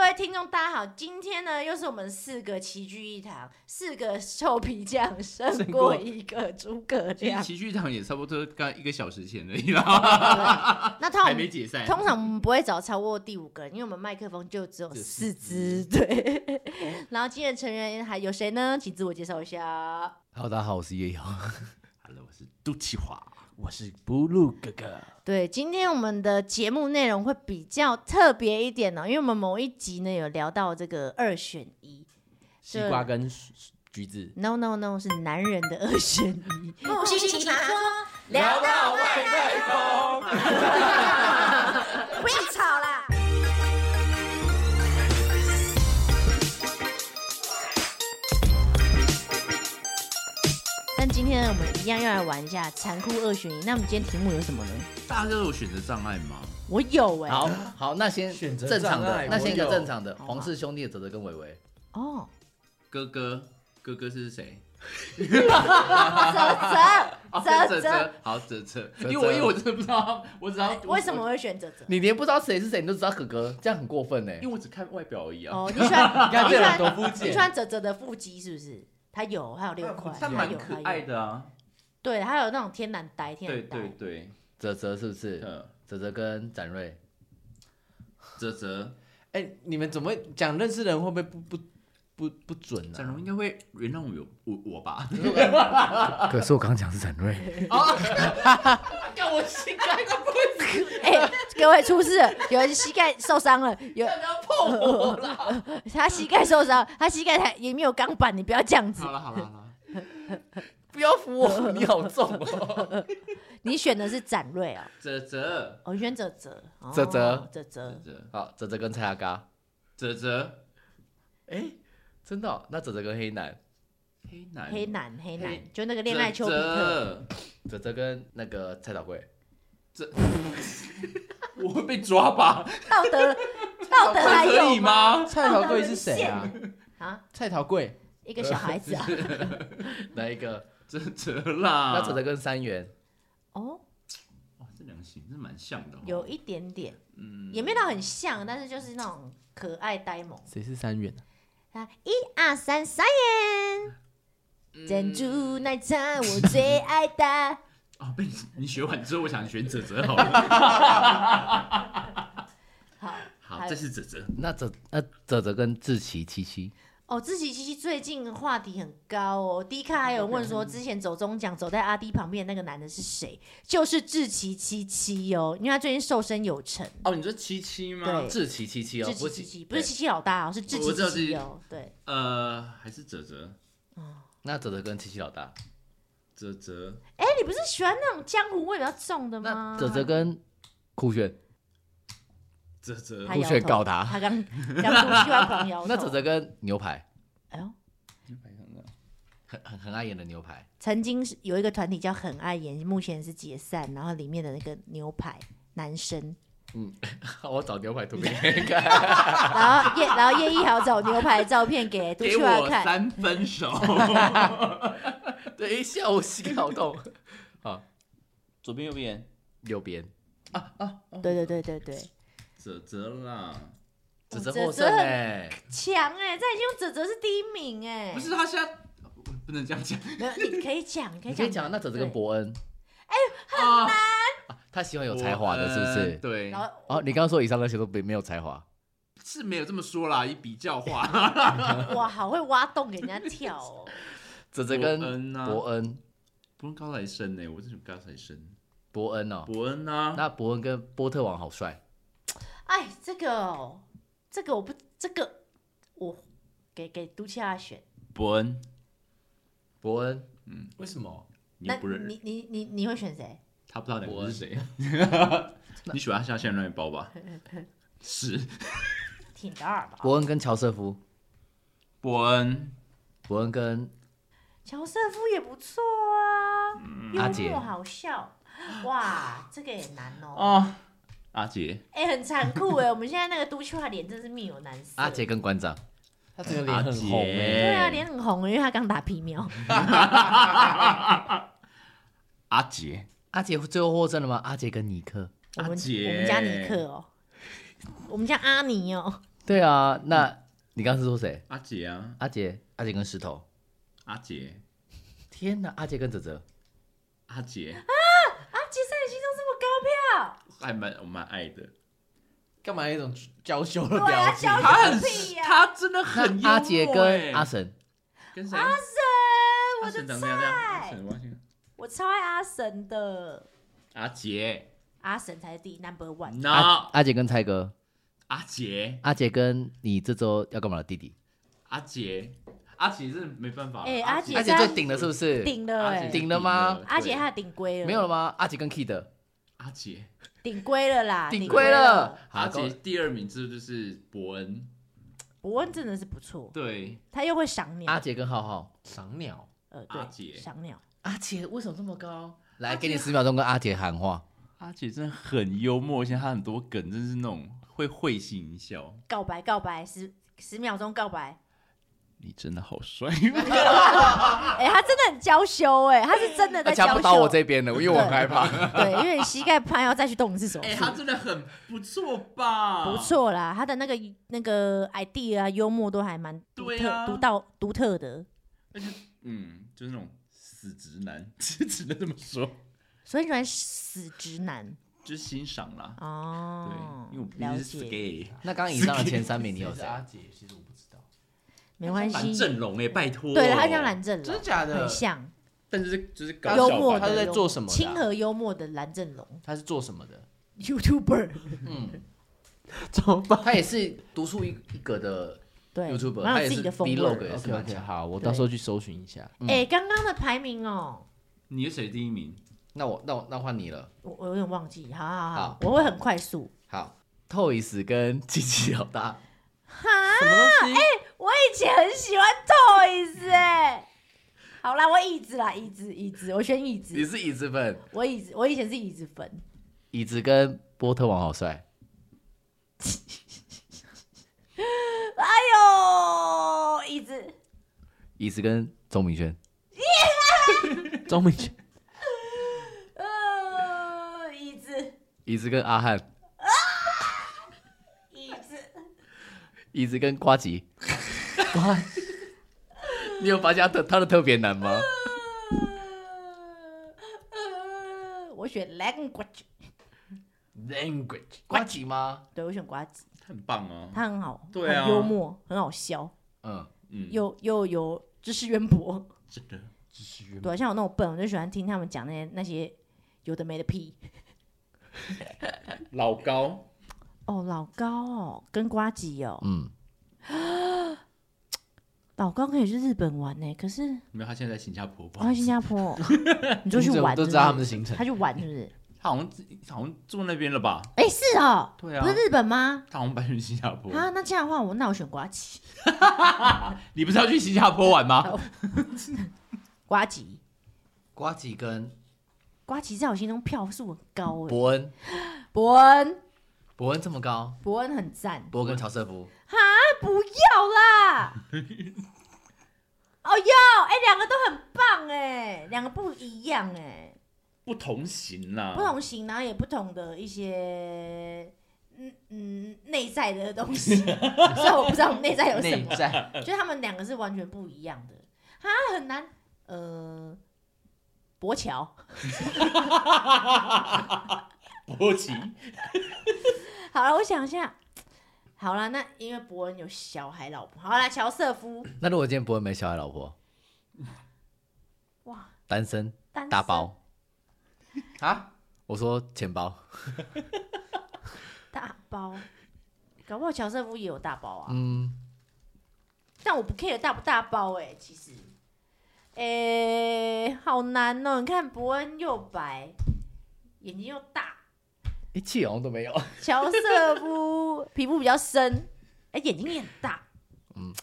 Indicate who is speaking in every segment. Speaker 1: 位听众，大家好！今天呢，又是我们四个齐聚一堂，四个臭皮匠胜过一个诸葛
Speaker 2: 其实
Speaker 1: 亮。
Speaker 2: 齐剧场也差不多刚一个小时前而已啦，
Speaker 1: 哦那通
Speaker 2: 还
Speaker 1: 常
Speaker 2: 没解散。
Speaker 1: 通常我们不会找超过第五个人，因为我们麦克风就只有
Speaker 2: 只
Speaker 1: 四
Speaker 2: 有四
Speaker 1: 支。对， 然后今天的成员还有谁呢？请自我介绍一下。
Speaker 3: Hello，大家好，我是叶瑶，
Speaker 2: Hello，我是杜启华，
Speaker 3: 我是 Blue 哥哥。
Speaker 1: 对，今天我们的节目内容会比较特别一点呢、因为我们某一集呢有聊到这个二选一。
Speaker 3: 西瓜跟橘橘子，
Speaker 1: No no no，是男人的二选一。
Speaker 4: 不是奇葩说，
Speaker 2: 聊到外太空。
Speaker 4: 不要吵啦！
Speaker 1: 但今天呢，我们一样要来玩一下残酷二选一。那我们今天题目有什么呢？
Speaker 2: 大家都有选择障碍吗？
Speaker 1: 我有哎、
Speaker 3: 好好，那先
Speaker 5: 选择
Speaker 3: 正常
Speaker 5: 障
Speaker 3: 的
Speaker 5: 碍，
Speaker 3: 那先一个
Speaker 5: 我有
Speaker 3: 正常的，
Speaker 1: 好啊
Speaker 3: 黄氏兄弟的哲哲跟伟伟，
Speaker 5: 嗯
Speaker 1: 哦，
Speaker 2: 哥哥，哥哥是谁？
Speaker 1: 泽
Speaker 2: 哦，
Speaker 1: 泽
Speaker 2: 哲
Speaker 1: 泽
Speaker 2: 哲
Speaker 1: 泽，，
Speaker 2: 好哲哲，
Speaker 3: 哲
Speaker 2: 因为我因为我真的不知道，我只要
Speaker 1: 为什么？会选泽泽？
Speaker 3: 你连不知道谁是谁，你都知道哥哥，这样很过分呢
Speaker 2: 我。
Speaker 5: 嗯
Speaker 2: 因为我只看外表而已啊。
Speaker 1: 哦，你喜 欢
Speaker 3: 看
Speaker 1: 你
Speaker 3: 这
Speaker 1: 喜
Speaker 3: 人
Speaker 1: 欢
Speaker 3: 多肤
Speaker 1: 你
Speaker 3: 浅
Speaker 1: 喜欢泽泽的腹肌是不是？他有，还有六块，
Speaker 2: 他
Speaker 1: 他
Speaker 2: 蛮
Speaker 1: 有
Speaker 2: 可
Speaker 1: 他
Speaker 2: 爱
Speaker 1: 有，
Speaker 2: 的啊，
Speaker 1: 对，还有那种天然呆，天
Speaker 2: 对
Speaker 1: 然呆。
Speaker 2: 对对，
Speaker 3: 哲哲是不是？
Speaker 2: 嗯，
Speaker 3: 哲哲跟展瑞，
Speaker 2: 哲哲，
Speaker 5: 哎、你们怎么会讲认识的人会不会不不不不准啊呢、
Speaker 2: 展荣应该会原谅我有我我吧？
Speaker 3: 可是我刚刚讲是展瑞，
Speaker 2: 干我心肝
Speaker 1: 哎，各位出事了，有人膝盖受伤了， 有
Speaker 2: 要碰我了。
Speaker 1: 他膝盖受伤，他膝盖还也没有钢板，你不要这样子
Speaker 2: 好。 了好了好了，
Speaker 3: 不要扶我，你好重哦。
Speaker 1: 你选的是展瑞哦，
Speaker 2: 哲哲，
Speaker 1: 我选泽泽，哦
Speaker 3: 泽泽
Speaker 1: 泽泽
Speaker 2: 哲，哲，
Speaker 3: 好，哲哲跟蔡阿嘎，
Speaker 2: 哲哲，
Speaker 3: 哎，真的哦，那哲哲跟黑男，
Speaker 2: 黑男，呃
Speaker 1: 黑男黑
Speaker 2: 嘿
Speaker 1: 男，就那个恋爱丘比特。
Speaker 2: 哲
Speaker 3: 哲哲跟那个蔡导贵，
Speaker 2: 哲，我会被抓吧？
Speaker 1: 道 德道德还
Speaker 2: 这可
Speaker 1: 有
Speaker 2: 以？吗？
Speaker 5: 蔡桃贵是谁啊？
Speaker 1: 啊，
Speaker 5: 蔡桃贵，
Speaker 1: 一个小孩子 啊！
Speaker 3: 哪一个？
Speaker 2: 哲哲啦，
Speaker 3: 那哲哲跟三元，
Speaker 1: 哦，
Speaker 2: 哇，这两个型真的蛮像的哦。
Speaker 1: 有一点点，
Speaker 2: 嗯
Speaker 1: 也没到很像，但是就是那种可爱呆萌
Speaker 5: 谁是三元、
Speaker 1: 啊！一二三，三眼，
Speaker 2: 嗯
Speaker 1: 珍珠奶茶我最爱的。
Speaker 2: 哦，被你你学完之后，我想选哲哲好了。
Speaker 1: 好，
Speaker 2: 好，这是哲哲，
Speaker 3: 那哲那哲哲跟志奇七七，
Speaker 1: 哦，自己七七最近话题很高哦，迪卡还有问
Speaker 2: 嗯
Speaker 1: 说，之前走中奖走在阿迪旁边的那个男的是谁？就是志奇七七哦，因为他最近瘦身有成，
Speaker 2: 哦，你说七七吗？
Speaker 1: 对
Speaker 3: 志奇七七哦
Speaker 1: 志，
Speaker 3: 不
Speaker 1: 奇
Speaker 3: 是
Speaker 1: 七七
Speaker 3: 七七，
Speaker 1: 不是七七老大哦，是志
Speaker 2: 我
Speaker 1: 奇
Speaker 2: 知道
Speaker 1: 七
Speaker 2: 志
Speaker 1: 七
Speaker 2: 奇
Speaker 1: 哦，对，
Speaker 2: 呃，还是哲哲，
Speaker 3: 那哲哲跟七七老大，
Speaker 2: 哲哲，
Speaker 1: 哎，你不是喜欢那种江湖味比较重
Speaker 2: 嗯
Speaker 1: 的吗
Speaker 3: 那？哲哲跟酷炫，
Speaker 2: 哲哲
Speaker 1: 他，
Speaker 3: 酷
Speaker 1: 摇
Speaker 3: 炫
Speaker 1: 头
Speaker 3: 告他
Speaker 1: 他刚刚出去外狂摇头。
Speaker 3: 那哲哲跟牛排，
Speaker 1: 哎呦，
Speaker 3: 很很很碍眼的牛排，
Speaker 1: 曾经是有一个团体叫很爱演，目前是解散，然后里面的那个牛排男 生，
Speaker 3: 我找牛排图给你 看，
Speaker 1: 然后叶然后叶一豪找牛排的照片 给杜
Speaker 2: 给
Speaker 1: 秋
Speaker 2: 我
Speaker 1: 华看，
Speaker 2: 三分熟。
Speaker 3: 等一下我心好痛，
Speaker 2: 左边右边，哦
Speaker 3: 右边
Speaker 1: 对对对对对，
Speaker 2: 哲哲啦，
Speaker 3: 哲哲获胜哎，
Speaker 1: 强哎、这已经哲哲是第一名哎、
Speaker 2: 不是他现在不能这样讲
Speaker 1: 没有你可以讲，可
Speaker 3: 你
Speaker 1: 以
Speaker 3: 可以
Speaker 1: 讲，
Speaker 3: 讲那哲哲跟伯恩，
Speaker 2: 啊，
Speaker 3: 他喜欢有才华的是不
Speaker 2: 呃
Speaker 3: 是？
Speaker 2: 对
Speaker 1: 然，后
Speaker 3: 哦，你刚刚说以上那些都没没有才华，
Speaker 2: 是没有这么说啦，以比较化，
Speaker 1: 哇，好会挖洞给人家跳哦。
Speaker 3: 哲哲跟
Speaker 2: 伯恩啊
Speaker 3: 伯恩
Speaker 2: 伯恩高材生欸呢，我这种高材生，
Speaker 3: 伯恩哦，
Speaker 2: 伯恩啊，
Speaker 3: 那伯恩跟波特王好帅，
Speaker 1: 哎，这个哦，这个我不，这个我给给杜琪亚选。
Speaker 2: 伯恩，
Speaker 3: 伯恩
Speaker 5: 为什么？
Speaker 2: 你
Speaker 1: 那
Speaker 2: 又不认
Speaker 1: 你你你你会选谁？
Speaker 2: 他不知道两个是谁。 你喜欢他下线乱包 吧？是
Speaker 1: 挺的二吧。
Speaker 3: 伯恩跟乔瑟夫，
Speaker 2: 伯恩，
Speaker 3: 伯恩跟
Speaker 1: 乔瑟夫也不错啊，
Speaker 2: 嗯
Speaker 3: 阿
Speaker 1: 幽
Speaker 3: 姐
Speaker 1: 默好笑。哇，这个也难哦。
Speaker 2: 哦，阿杰，
Speaker 1: 哎、很残酷哎、我们现在那个杜秋华脸真是面有难色。
Speaker 3: 阿杰跟馆长，
Speaker 5: 他整个
Speaker 2: 阿
Speaker 5: 脸很红、欸，
Speaker 2: 杰，
Speaker 1: 对啊，脸很红，因为他刚打皮秒。
Speaker 2: 阿杰，
Speaker 3: 阿杰最后获胜了吗？阿杰跟尼克。
Speaker 1: 我们
Speaker 2: 阿姐
Speaker 1: 我们家尼克哦，我们家阿尼哦，
Speaker 3: 对啊，那你刚刚是说谁？
Speaker 2: 阿杰啊，
Speaker 3: 阿杰，阿杰跟石头。
Speaker 2: 阿杰，
Speaker 3: 天哪，阿杰跟泽泽，
Speaker 2: 阿杰，
Speaker 1: 阿杰在你心中这么高票，
Speaker 2: 还蛮我蛮爱的。
Speaker 3: 干嘛有一种娇羞的
Speaker 1: 对啊，
Speaker 3: 表情？
Speaker 1: 小小
Speaker 2: 他很
Speaker 1: 屁，呀、
Speaker 2: 他真的很
Speaker 3: 那阿杰
Speaker 2: 幽默欸
Speaker 3: 跟阿神，
Speaker 2: 跟谁？
Speaker 1: 阿神，我
Speaker 2: 神
Speaker 1: 的
Speaker 2: 长那样，阿
Speaker 1: 菜，
Speaker 2: 神忘记了
Speaker 1: 我超爱阿神的，
Speaker 2: 阿杰
Speaker 1: 阿神才是第一 number one。
Speaker 3: 阿
Speaker 2: ，no，
Speaker 3: 阿杰跟蔡哥，
Speaker 2: 阿杰，
Speaker 3: 阿杰跟你这周要干嘛的弟弟？
Speaker 2: 阿杰，阿杰是没办法了。
Speaker 1: 哎阿杰
Speaker 3: 阿
Speaker 1: 也
Speaker 3: 杰
Speaker 1: 在
Speaker 3: 最顶了，是不是？
Speaker 1: 顶了
Speaker 2: 阿
Speaker 1: 哎、
Speaker 2: 杰
Speaker 3: 顶了吗
Speaker 1: 阿杰
Speaker 2: 嗯对
Speaker 1: 他顶规了，
Speaker 3: 没有了吗？阿杰跟 Kid
Speaker 2: 阿杰，
Speaker 1: 顶规啊了啦，
Speaker 3: 顶
Speaker 1: 规
Speaker 3: 规了，。
Speaker 2: 阿
Speaker 3: 跟
Speaker 2: 杰第二名这就是伯恩，
Speaker 1: 伯恩真的是不错，
Speaker 2: 对，
Speaker 1: 他又会赏鸟，
Speaker 3: 阿杰跟浩浩，
Speaker 5: 赏鸟，
Speaker 1: 呃，
Speaker 2: 阿
Speaker 1: 对，
Speaker 2: 杰
Speaker 1: 赏鸟。
Speaker 3: 阿杰为什么这么高？来，给你十秒钟跟阿杰喊话。
Speaker 2: 阿杰真的很幽默，而且他很多梗真是那种会会心一笑。
Speaker 1: 告白，告白，十十秒钟告白。
Speaker 2: 你真的好帅，哦
Speaker 1: 哎、他真的很娇羞哎、他是真的在娇羞。
Speaker 3: 啊加不到我这边了，因为我很害怕。
Speaker 1: 对，因为你膝盖怕要再去动一次 手术。
Speaker 2: 哎，他真的很不错吧？
Speaker 1: 不，错啦，他的那个那个 idea 啊，幽默都还蛮独
Speaker 2: 对
Speaker 1: 特、
Speaker 2: 啊
Speaker 1: 独到、独特的。
Speaker 2: 嗯，就是那种死直男， 只能这么说，
Speaker 1: 所以你喜欢死直男
Speaker 2: 就是欣赏啦。对
Speaker 1: 哦，，
Speaker 2: 因为我毕
Speaker 1: 了
Speaker 2: 竟是
Speaker 1: 解，
Speaker 2: gay，
Speaker 3: 那刚刚以上的前三名，你有
Speaker 5: 是
Speaker 3: 谁？
Speaker 5: 阿杰，其实我不知道，
Speaker 1: 没关
Speaker 2: 蓝
Speaker 1: 系。
Speaker 2: 正龙哎，拜托，
Speaker 3: 哦
Speaker 1: 对，他像，蓝正
Speaker 3: 真
Speaker 1: 龙
Speaker 3: 的，假的
Speaker 1: 很？像
Speaker 2: 但是就是搞
Speaker 1: 幽
Speaker 2: 笑
Speaker 1: 默
Speaker 2: 版
Speaker 3: 他
Speaker 1: 的
Speaker 3: 是
Speaker 2: 的
Speaker 3: 在做什么的啊
Speaker 1: 亲和幽默的蓝正龙
Speaker 3: 他是做什么的？
Speaker 1: YouTuber。
Speaker 5: 怎么办？
Speaker 3: 他也是独树一一格的
Speaker 1: 对
Speaker 3: YouTuber，
Speaker 1: 蛮
Speaker 3: 他
Speaker 1: 有
Speaker 3: 也
Speaker 1: 自己
Speaker 3: 是
Speaker 1: 的风
Speaker 3: Vlog 欸嗯
Speaker 1: 味。
Speaker 3: 也是
Speaker 5: OK
Speaker 3: 蛮
Speaker 5: OK，
Speaker 3: 强。
Speaker 5: 好，我到时候去搜寻一下。
Speaker 1: 哎，刚刚的排名哦，
Speaker 2: 你是谁第一名？
Speaker 3: 那我那我那换你了。
Speaker 1: 我我有点忘记，好好好
Speaker 3: 好，
Speaker 1: 我会很快速。
Speaker 3: 好，Toys 跟机器老 大，
Speaker 1: 哈，
Speaker 5: 什么东西？
Speaker 1: 我以前很喜欢 Toys 哎。好啦，我椅子啦，椅子椅子，我选椅
Speaker 3: 你
Speaker 1: 子，
Speaker 3: 是椅子粉，
Speaker 1: 我椅子，我以前是椅子粉。
Speaker 3: 椅子跟波特王好帅。
Speaker 1: 哎呦，椅子，
Speaker 3: 椅子跟钟明轩，
Speaker 5: 钟明轩，
Speaker 1: 呃，椅子，
Speaker 3: 椅子跟阿汉，
Speaker 1: 椅子，
Speaker 3: 椅子跟瓜吉。 瓜，你有发现他特他的特别难吗？
Speaker 1: 呃呃 我选 language，
Speaker 3: language 瓜吉吗？
Speaker 1: 对我选瓜子，
Speaker 2: 他很棒哦，
Speaker 1: 他很好，
Speaker 2: 对啊
Speaker 1: 很幽默，很好笑，
Speaker 3: 嗯，
Speaker 2: 嗯，
Speaker 1: 又又有知识渊博，
Speaker 2: 真的嗯
Speaker 3: 嗯
Speaker 1: 对啊，像我那种笨，我就喜欢听他们讲那些那些有的没的屁。
Speaker 2: 老高，
Speaker 1: 哦，老高哦，跟瓜吉哦，
Speaker 3: 嗯，
Speaker 1: 老高可以去日本玩呢，可是
Speaker 2: 没有，他现在在新加坡吧
Speaker 1: 我？在新加坡 哦，你就去
Speaker 3: 你怎么
Speaker 1: 玩，
Speaker 3: 都知道他们的行程
Speaker 1: 他去玩是不是？
Speaker 2: 他好像自好像住那边了吧？
Speaker 1: 哎，是哦，
Speaker 2: 对啊
Speaker 1: 不是日本吗？
Speaker 2: 他好像搬去新加坡。
Speaker 1: 啊，那这样的话，我那我选瓜吉，
Speaker 2: 你不是要去新加坡玩
Speaker 1: 哦
Speaker 2: 吗？
Speaker 1: 瓜吉，
Speaker 3: 瓜吉跟
Speaker 1: 瓜吉在我心中票数很高哎。
Speaker 3: 伯恩，
Speaker 1: 伯恩，
Speaker 3: 伯恩这么高，
Speaker 1: 伯恩很赞，
Speaker 3: 伯恩跟乔瑟 夫，
Speaker 1: 啊不要 啦！哦哟，哎，两个都很棒哎，两个不一样哎，
Speaker 2: 不同型啊啦，
Speaker 1: 不同型，然后也不同的一些。嗯嗯，内在的东 西，虽然我不知道我们内在有什
Speaker 3: 内
Speaker 1: 么，
Speaker 3: 在
Speaker 1: 就是他们两个是完全不一样的，啊，很难。呃，博乔，
Speaker 2: 波奇，
Speaker 1: 好了，我想一下。好了，那因为伯恩有小孩老婆，好啦，乔瑟夫
Speaker 3: 那如果今天伯恩没小孩老婆，
Speaker 1: 哇，
Speaker 3: 单身
Speaker 1: 单身
Speaker 3: 大包，
Speaker 5: 啊，
Speaker 3: 我说钱包，
Speaker 1: 大包，搞不好乔瑟夫也有大包啊。
Speaker 3: 嗯，
Speaker 1: 但我不 care 大不大包哎、其实，诶、好难哦、你看伯恩又白，眼睛又大，
Speaker 3: 一气好像都没 有，
Speaker 1: 乔瑟夫 皮肤比较深，哎、眼睛也很大。嗯
Speaker 3: 嗯，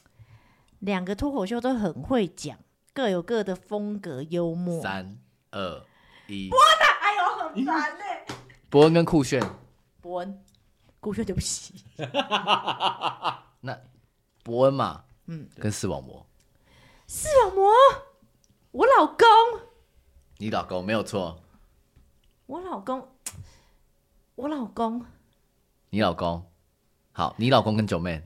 Speaker 1: 两个脱口秀都很会讲，各有各的风格幽默。
Speaker 3: 三二一，
Speaker 1: 哎呦，很烦哎、
Speaker 3: 嗯伯恩跟酷炫，
Speaker 1: 伯恩，顾炫，对不起。
Speaker 3: 那伯恩嘛，
Speaker 1: 嗯
Speaker 3: 嗯，跟视网膜，
Speaker 1: 视网膜，我老公，
Speaker 3: 你老公没有错，
Speaker 1: 我老公，我老公，
Speaker 3: 你老公，好，你老公跟九妹，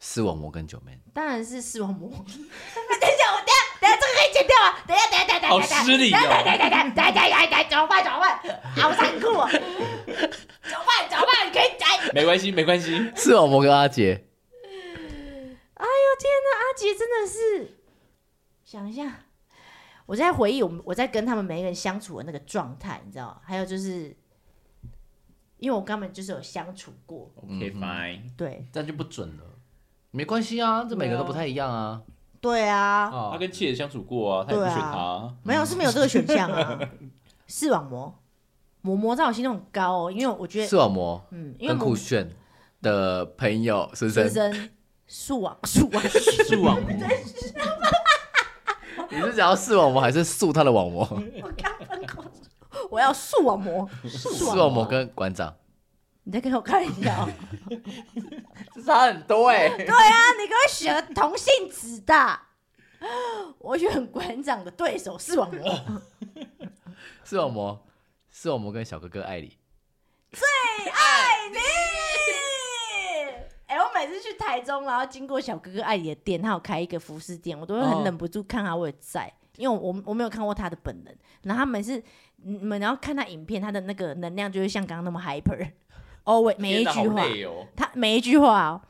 Speaker 3: 视网膜跟九妹。
Speaker 1: 当然是视网膜。等一下，我等一下等一下这个可以剪掉啊！等一下等一下等一下，
Speaker 5: 好
Speaker 1: 等一下
Speaker 5: 失礼哦
Speaker 1: 等一下等一下等一下等一下等一下，怎么办怎么办？好残酷哦！怎么办怎么办？可以哎，
Speaker 5: 没关系，没关系。
Speaker 3: 视网膜跟阿杰，
Speaker 1: 我天哪，阿杰真的是，想一下，我在回忆我们我在跟他们每一个人相处的那个状态，你知道吗？还有就是，因为我跟他们就是有相处过，
Speaker 2: OK fine，
Speaker 1: 对
Speaker 5: 这样就不准了。
Speaker 3: 没关系啊，这每个都不太一样啊。
Speaker 1: 对啊，
Speaker 3: 哦
Speaker 2: 他跟七姐相处过啊，他也不
Speaker 1: 对啊
Speaker 2: 选他啊，
Speaker 3: 嗯
Speaker 1: 没有是没有这个选项 啊。视网膜，膜膜在我心中很高哦，因为我觉得，
Speaker 3: 视网膜
Speaker 1: 嗯，因为
Speaker 3: 啊跟酷
Speaker 1: 膜
Speaker 3: 炫的朋友是不
Speaker 1: 资
Speaker 3: 是？
Speaker 1: 深树网树网
Speaker 2: 是网红，
Speaker 3: 你是想要视网膜还是塑他的网膜？
Speaker 1: 我要树网膜，
Speaker 3: 视
Speaker 1: 树
Speaker 3: 网膜跟馆长
Speaker 1: 你再给我看一 下哦。
Speaker 3: 这差很多哎、
Speaker 1: 对啊，你给我选同性子的，我选馆长的对手视网膜。
Speaker 3: 视网膜，视网膜跟小哥哥艾里，
Speaker 1: 爱你。哎、我每次去台中，然后经过小哥哥爱你的店，他有开一个服饰店，我都会很
Speaker 3: 哦
Speaker 1: 忍不住看他，我也在，因为我我我没有看过他的本人。然后他每次你你们然后看他影片，他的那个能量就会像刚刚那么 hyper。哦，喂，每一
Speaker 5: 天
Speaker 1: 句
Speaker 5: 哪
Speaker 1: 话
Speaker 5: 好，累哦，
Speaker 1: 他每一句话、哦，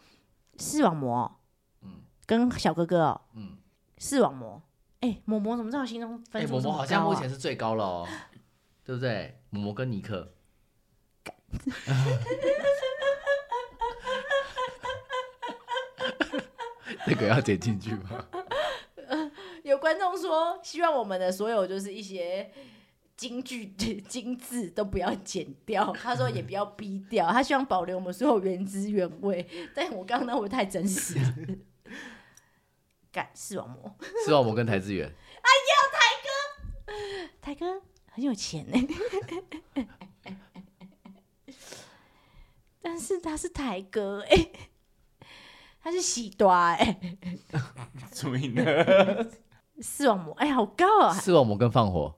Speaker 1: 视网膜、哦，
Speaker 3: 嗯
Speaker 1: 跟小哥哥、哦，
Speaker 3: 嗯
Speaker 1: 视网膜。哎、膜膜怎么在我心中分
Speaker 3: 哎、
Speaker 1: 数、
Speaker 3: 膜
Speaker 1: 这
Speaker 3: 膜
Speaker 1: 么
Speaker 3: 好像
Speaker 1: 高
Speaker 3: 目
Speaker 1: 啊
Speaker 3: 前是最高了哦， 对不对？膜膜跟尼克，这个要剪进去吗？
Speaker 1: 有观众说，希望我们的所有就是一些京 剧京字都不要剪掉，他说也不要逼掉，他希望保留我们所有原汁原味。但我刚刚那会不会太真实了？ 干视网膜，
Speaker 3: 视网膜跟台资源，
Speaker 1: 泰哥很有钱呢、但是他是台哥哎、他是喜多哎、
Speaker 2: 所以呢，
Speaker 1: 视网膜哎、好高啊！
Speaker 3: 视网膜跟放火，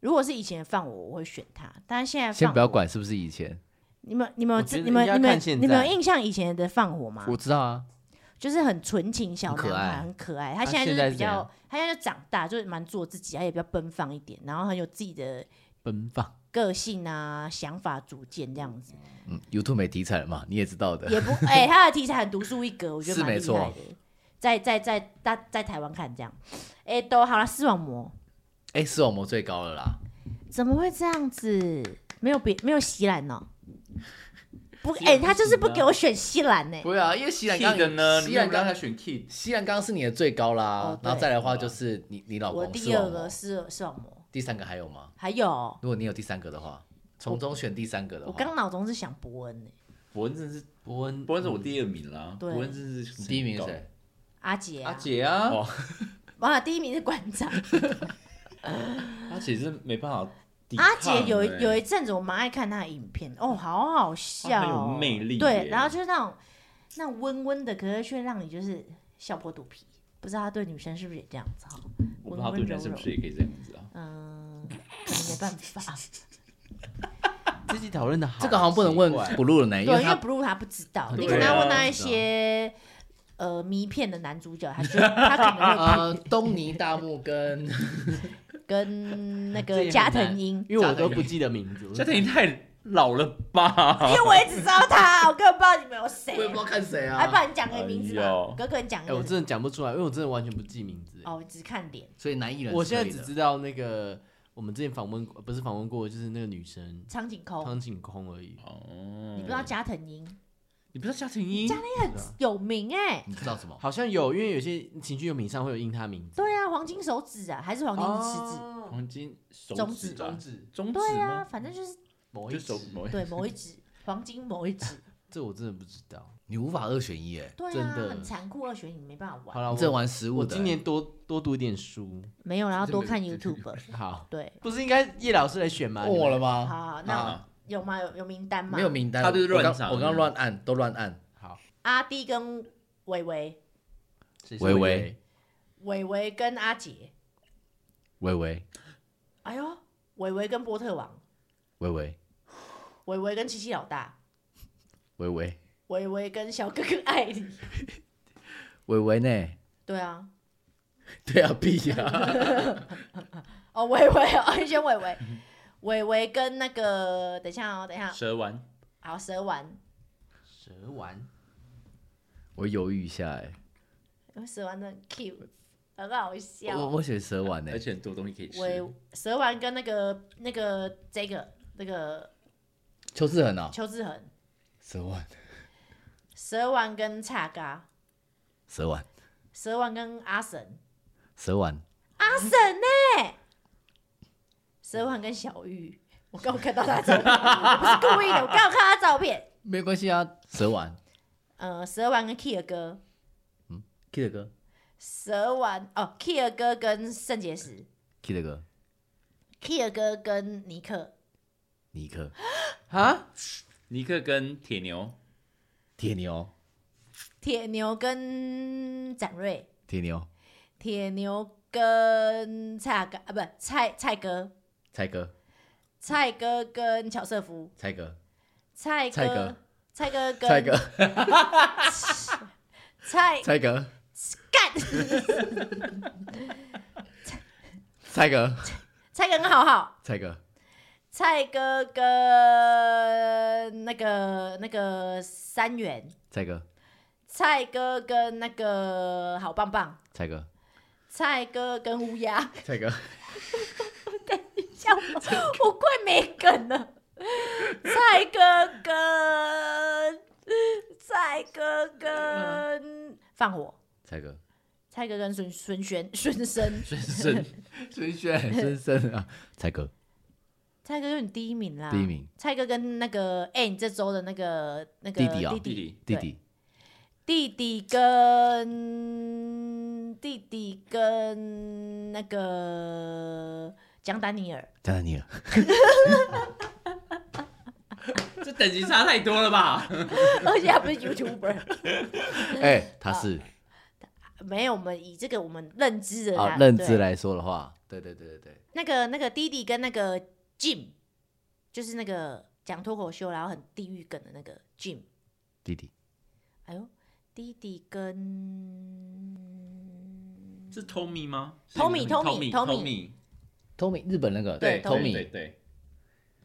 Speaker 1: 如果是以前放我，我会选他，但是现在
Speaker 3: 先
Speaker 1: 放
Speaker 3: 不要管是不是以前，
Speaker 1: 你们、你们有
Speaker 5: 我
Speaker 1: 知、
Speaker 5: 觉得
Speaker 1: 你们、
Speaker 5: 应该
Speaker 1: 你们
Speaker 5: 看、现
Speaker 1: 你们
Speaker 5: 在
Speaker 1: 有印象以前的放火吗？
Speaker 3: 我知道啊，
Speaker 1: 就是很纯情小
Speaker 3: 很可
Speaker 1: 男孩，
Speaker 3: 爱
Speaker 1: 很可爱。他
Speaker 3: 他
Speaker 1: 现在就
Speaker 3: 现在
Speaker 1: 是
Speaker 3: 是
Speaker 1: 比
Speaker 3: 怎
Speaker 1: 较
Speaker 3: 样，
Speaker 1: 他现在就长大，就是蛮做自己，他也比较奔放一点，然后很有自己的
Speaker 3: 奔放。
Speaker 1: 个性啊、想法、主见这样子。
Speaker 3: 嗯，YouTube 没题材了嘛，你也知道的。
Speaker 1: 也不，哎、他的题材很独树一格，我觉得
Speaker 3: 是
Speaker 1: 蛮
Speaker 3: 没
Speaker 1: 厉害
Speaker 3: 错
Speaker 1: 的。在在在大在台湾看这样，哎、都好了，视网膜
Speaker 3: 哎、视网膜最高了啦，
Speaker 1: 怎么会这样子？没有别没有席兰哦，不，
Speaker 2: 席
Speaker 1: 哎、
Speaker 2: 兰不
Speaker 1: 他就是不
Speaker 2: 行啊
Speaker 1: 给我选席兰呢、
Speaker 3: 不会啊，因为西兰
Speaker 2: Kid
Speaker 3: 刚
Speaker 2: 的呢？你
Speaker 3: 西
Speaker 2: 为什
Speaker 3: 兰
Speaker 2: 么刚才
Speaker 3: 刚
Speaker 2: 选 Kid？
Speaker 3: 西兰刚是你的最高啦，
Speaker 1: 哦对
Speaker 3: 然后再来的话就是你你老
Speaker 1: 我
Speaker 3: 公
Speaker 1: 第
Speaker 3: 视网
Speaker 1: 二个
Speaker 3: 膜，
Speaker 1: 是视网膜，
Speaker 3: 第三个还有吗？
Speaker 1: 还有
Speaker 3: 如果你有第三个的话，从中选第三个的哦
Speaker 1: 我
Speaker 3: 话，
Speaker 1: 刚脑中是想伯恩呢、
Speaker 2: 伯恩真的是，
Speaker 3: 伯恩
Speaker 2: 伯恩是我第二名啦，伯
Speaker 1: 对
Speaker 2: 恩真的是
Speaker 3: 你第一名是谁？
Speaker 1: 阿杰、啊，
Speaker 2: 阿姐啊，
Speaker 3: 哦
Speaker 1: 哇，第一名是馆长。
Speaker 2: 阿姐真的没办法抵抗欸，
Speaker 1: 阿杰有一有一阵子我蛮爱看他的影片，哦，好好笑、
Speaker 2: 她
Speaker 1: 哦，
Speaker 2: 很有魅力
Speaker 1: 对，
Speaker 2: 耶
Speaker 1: 然后就是那种那种温温的，可是却让你就是笑破肚皮。不知道他对女生是不是也这样子哈？
Speaker 2: 我不知道对男是不是也可以这样子啊？
Speaker 1: 嗯，没办法，
Speaker 5: 自己讨论的好，
Speaker 3: 这个好像不能问
Speaker 5: 奇怪
Speaker 3: 不录了呢，哎因
Speaker 1: 对，
Speaker 3: 为
Speaker 1: 因为
Speaker 3: 他
Speaker 1: Blue 他不知道，你
Speaker 2: 对
Speaker 1: 可能要问
Speaker 2: 啊
Speaker 1: 他一些呃迷片的男主角，他就他可能会
Speaker 3: 呃东尼大木跟
Speaker 1: 跟那
Speaker 5: 这
Speaker 1: 个
Speaker 5: 也很
Speaker 1: 加藤
Speaker 5: 难
Speaker 1: 鹰，
Speaker 5: 因为我都不记得名字。
Speaker 2: 家庭太老了吧？
Speaker 1: 因为我也只知道他，我根本不知道你们有谁
Speaker 3: 我也不知道看谁
Speaker 1: 哎，不
Speaker 3: 啊，
Speaker 1: 然你讲个名字
Speaker 2: 哎
Speaker 1: 吧
Speaker 2: 呦，
Speaker 1: 哥哥你讲
Speaker 5: 哎、
Speaker 1: 一
Speaker 5: 我
Speaker 1: 个。
Speaker 5: 真的讲不出来，因为我真的完全不记名字。
Speaker 1: 哦，只看脸。
Speaker 3: 所以男艺人是
Speaker 5: 我现在
Speaker 3: 可以
Speaker 5: 只
Speaker 3: 的
Speaker 5: 知道那个我们之前访问过，不是访问过，就是那个女生
Speaker 1: 苍井
Speaker 3: 哦
Speaker 1: 空，
Speaker 5: 苍井空而已。
Speaker 2: 哦，
Speaker 1: 你不知道加藤鹰
Speaker 2: 你不知道家庭音？
Speaker 5: 不知道
Speaker 1: 有名哎、
Speaker 3: 你知道什么？
Speaker 5: 好像有，因为有些情趣用品上会有印她名字。
Speaker 1: 对啊，黄金手指啊，还是黄金食指，
Speaker 5: 指，
Speaker 2: 黄金手
Speaker 1: 中
Speaker 2: 指
Speaker 1: 指
Speaker 2: 吧
Speaker 5: 中，哦指，
Speaker 2: 中指
Speaker 1: 对啊，
Speaker 2: 吗？
Speaker 1: 反正就是
Speaker 5: 某一
Speaker 2: 就
Speaker 5: 指
Speaker 2: 手，某一
Speaker 3: 啊
Speaker 1: 对某一指，黄金某一 指，
Speaker 5: 这我真的不知道。
Speaker 3: 你无法二选一哎，
Speaker 1: 对
Speaker 5: 真
Speaker 1: 啊，
Speaker 5: 的
Speaker 1: 很残酷，二选一没办法
Speaker 5: 好
Speaker 1: 玩，
Speaker 5: 了，
Speaker 3: 你这
Speaker 5: 我
Speaker 3: 玩食物
Speaker 5: 我
Speaker 3: 的欸。
Speaker 5: 今年多多读一点书。
Speaker 1: 没有，然后
Speaker 2: 这
Speaker 1: 多
Speaker 2: 没
Speaker 1: 看
Speaker 2: 这
Speaker 1: YouTube，
Speaker 5: 好，
Speaker 1: 对，
Speaker 5: 不是应该叶老师来选吗？
Speaker 3: 问我了
Speaker 1: 好
Speaker 3: 吗？
Speaker 1: 好，好那我
Speaker 2: 啊，
Speaker 1: 有吗？有有名单吗？
Speaker 3: 没有。名单，
Speaker 2: 他就是
Speaker 3: 我刚
Speaker 2: 乱找
Speaker 3: 我刚乱按，都乱按。
Speaker 5: 好，
Speaker 1: 阿弟跟伟伟，
Speaker 5: 谁
Speaker 3: 微微
Speaker 1: 伟伟跟阿杰，
Speaker 3: 微微
Speaker 1: 哎呦，伟伟跟波特王，
Speaker 3: 微微
Speaker 1: 伟伟跟七七老大，
Speaker 3: 微微，
Speaker 1: 维维跟小哥哥爱你。
Speaker 3: 伟伟呢？
Speaker 1: 对啊，
Speaker 3: 对啊，屁呀、
Speaker 1: 哦，维维哦， 你选维
Speaker 3: 嗯
Speaker 1: 维，维维跟那个，等一下哦，等一下，
Speaker 5: 蛇丸，
Speaker 1: 好，蛇丸，
Speaker 6: 蛇丸，
Speaker 3: 我犹豫一下哎、
Speaker 1: 因为蛇丸真的很 cute，很好
Speaker 3: 我
Speaker 1: 笑。
Speaker 3: 我选蛇丸呢、
Speaker 2: 而且很多东西可以吃。
Speaker 1: 维蛇丸跟那个那个这个那个
Speaker 3: 邱志恒啊，
Speaker 1: 邱志恒，
Speaker 3: 蛇丸，
Speaker 1: 蛇丸跟叉嘎，
Speaker 3: 蛇丸，
Speaker 1: 蛇丸跟阿神，
Speaker 3: 蛇丸，
Speaker 1: 阿神呢、蛇丸跟小玉，我刚好看到他的 照片，我不是故意的，我刚好看他的照片。
Speaker 3: 没关系啊，蛇丸
Speaker 1: 呃，蛇丸跟 Kid 哥，
Speaker 3: ，Kid 哥
Speaker 1: 蛇丸哦，Kid 哥跟圣结石
Speaker 3: ，Kid 哥，
Speaker 1: ，Kid 哥跟尼克，
Speaker 3: 尼克，
Speaker 5: 啊，
Speaker 2: 尼克跟铁 牛，
Speaker 3: 铁牛，
Speaker 1: 铁牛跟展瑞，
Speaker 3: 铁牛，
Speaker 1: 铁牛跟蔡阿哥啊，不蔡蔡哥，
Speaker 3: 蔡哥，
Speaker 1: 蔡哥跟乔瑟夫，
Speaker 3: 蔡哥，
Speaker 1: 蔡
Speaker 3: 蔡哥
Speaker 1: 哥，蔡哥跟
Speaker 3: 蔡哥，
Speaker 1: 蔡
Speaker 3: 蔡哥，
Speaker 1: 干，
Speaker 3: 蔡哥，
Speaker 1: 蔡哥跟浩浩，
Speaker 3: 蔡哥，
Speaker 1: 蔡哥跟那个那个三元，
Speaker 3: 蔡哥，
Speaker 1: 蔡哥跟那个好棒棒，
Speaker 3: 蔡哥，
Speaker 1: 蔡哥跟乌鸦，
Speaker 3: 蔡哥，
Speaker 1: 像我我快没梗了。蔡哥跟蔡哥跟放火，
Speaker 3: 蔡哥，
Speaker 1: 蔡哥跟孙孙轩孙生，
Speaker 2: 孙生
Speaker 3: 孙炫，孙胜啊，蔡哥，
Speaker 1: 蔡哥跟你第一名啦，
Speaker 3: 第一名，
Speaker 1: 蔡哥跟那个哎、你这周的那个那个
Speaker 3: 弟弟啊
Speaker 1: 弟
Speaker 2: 弟弟，
Speaker 3: 弟
Speaker 1: 对
Speaker 3: 弟，
Speaker 1: 弟弟跟弟弟跟那个江丹 尼尔，
Speaker 3: 加丹尼尔，
Speaker 2: 这等级差太多了吧？
Speaker 1: 而且他哦不是 YouTuber，
Speaker 3: 哎、他是
Speaker 1: 没有我们以这个我们认知的
Speaker 3: 啊
Speaker 1: 来，
Speaker 3: 认知
Speaker 1: 对
Speaker 3: 来说的话，对对对对对，
Speaker 1: 那个那个弟弟跟那个 Jim，就是那个讲脱口秀然后很地狱梗的那个 Jim，
Speaker 3: 弟弟，
Speaker 1: 哎呦，弟弟跟
Speaker 2: 是 Tommy 吗
Speaker 1: Tommy，Tommy，
Speaker 2: Tommy，
Speaker 3: t o m 日本那个，
Speaker 1: 对 Tommy
Speaker 2: 对
Speaker 3: Tommy，
Speaker 2: 对，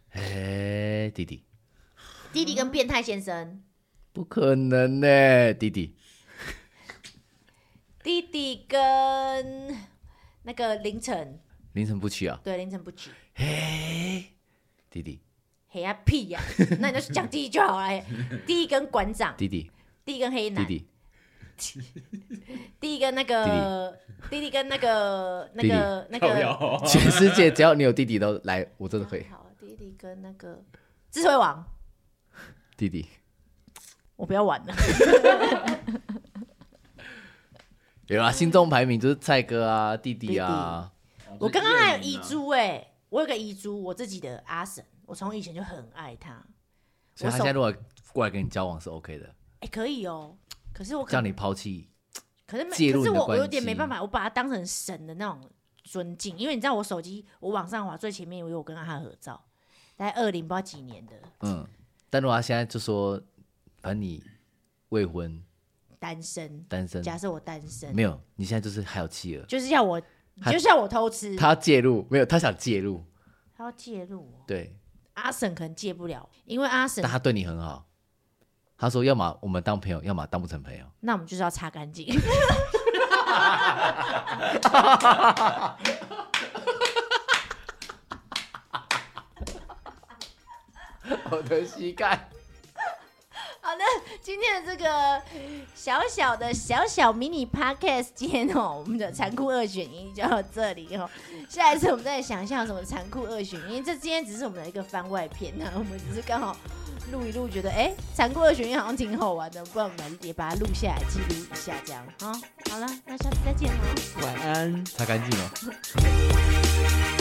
Speaker 3: 哎、弟弟，
Speaker 1: 弟弟跟变态先生，
Speaker 3: 不可能呢、弟弟，
Speaker 1: 弟弟跟那个凌晨，
Speaker 3: 凌晨不去啊，
Speaker 1: 对凌晨不起。
Speaker 3: 哎、弟弟，
Speaker 1: 黑啊屁呀、那你就讲弟弟就好了。嘿弟弟跟馆长，
Speaker 3: 弟弟，
Speaker 1: 弟弟跟黑
Speaker 3: 弟
Speaker 1: 男，
Speaker 3: 弟，
Speaker 1: 弟弟跟那个弟弟跟那个那
Speaker 3: 弟弟
Speaker 1: 个那
Speaker 2: 靠
Speaker 1: 个
Speaker 2: 腰
Speaker 3: 全世界只要你有弟弟都来，我真的会，
Speaker 1: 好，弟弟跟那个智慧王，
Speaker 3: 弟弟，
Speaker 1: 我不要玩了。
Speaker 3: 有啊，心中排名就是蔡哥啊，弟弟啊，
Speaker 1: 我刚刚还有
Speaker 2: 啊
Speaker 1: 遗，珠哎、我有个遗珠，我自己的阿婶，我从以前就很爱她。
Speaker 3: 所以他
Speaker 1: 我手
Speaker 3: 现在如果过来跟你交往是 OK 的，
Speaker 1: 哎、可以哦，可是我可
Speaker 3: 叫你抛弃，
Speaker 1: 可是没，
Speaker 3: 介入
Speaker 1: 可是
Speaker 3: 你的
Speaker 1: 我我
Speaker 3: 关
Speaker 1: 有点没
Speaker 3: 系
Speaker 1: 办法，我把它当成神的那种尊敬，因为你知道我手机我往上滑最前面有我跟他合照，在二零不知道几年的
Speaker 3: 嗯，但如果他现在就说，反正你未婚
Speaker 1: 单身，
Speaker 3: 单身，
Speaker 1: 假设我单身，
Speaker 3: 没有，你现在就是还有妻儿，
Speaker 1: 就是要我
Speaker 3: 他
Speaker 1: 就是要我偷吃，
Speaker 3: 他要介入没有，他想介入，
Speaker 1: 他要介入我，
Speaker 3: 对，
Speaker 1: 阿婶可能戒不了，因为阿婶
Speaker 3: 但他对你很好。他说：“要么我们当朋友，要么当不成朋友。
Speaker 1: 那我们就是要擦干 净。
Speaker 3: 我的膝盖，
Speaker 1: 好的， 今天的这个小小的小小迷你 podcast 间哦，我们的残酷二选一就到这里哦。下一次我们再想象什么残酷二选一，这今天只是我们的一个番外篇啊，我们只是刚好录一录，觉得哎，诶残酷二选一好像挺好玩的，不然我们也把它录下来记录一下这样啊、好了，那下次再见喽。
Speaker 5: 晚安。
Speaker 3: 擦干净了。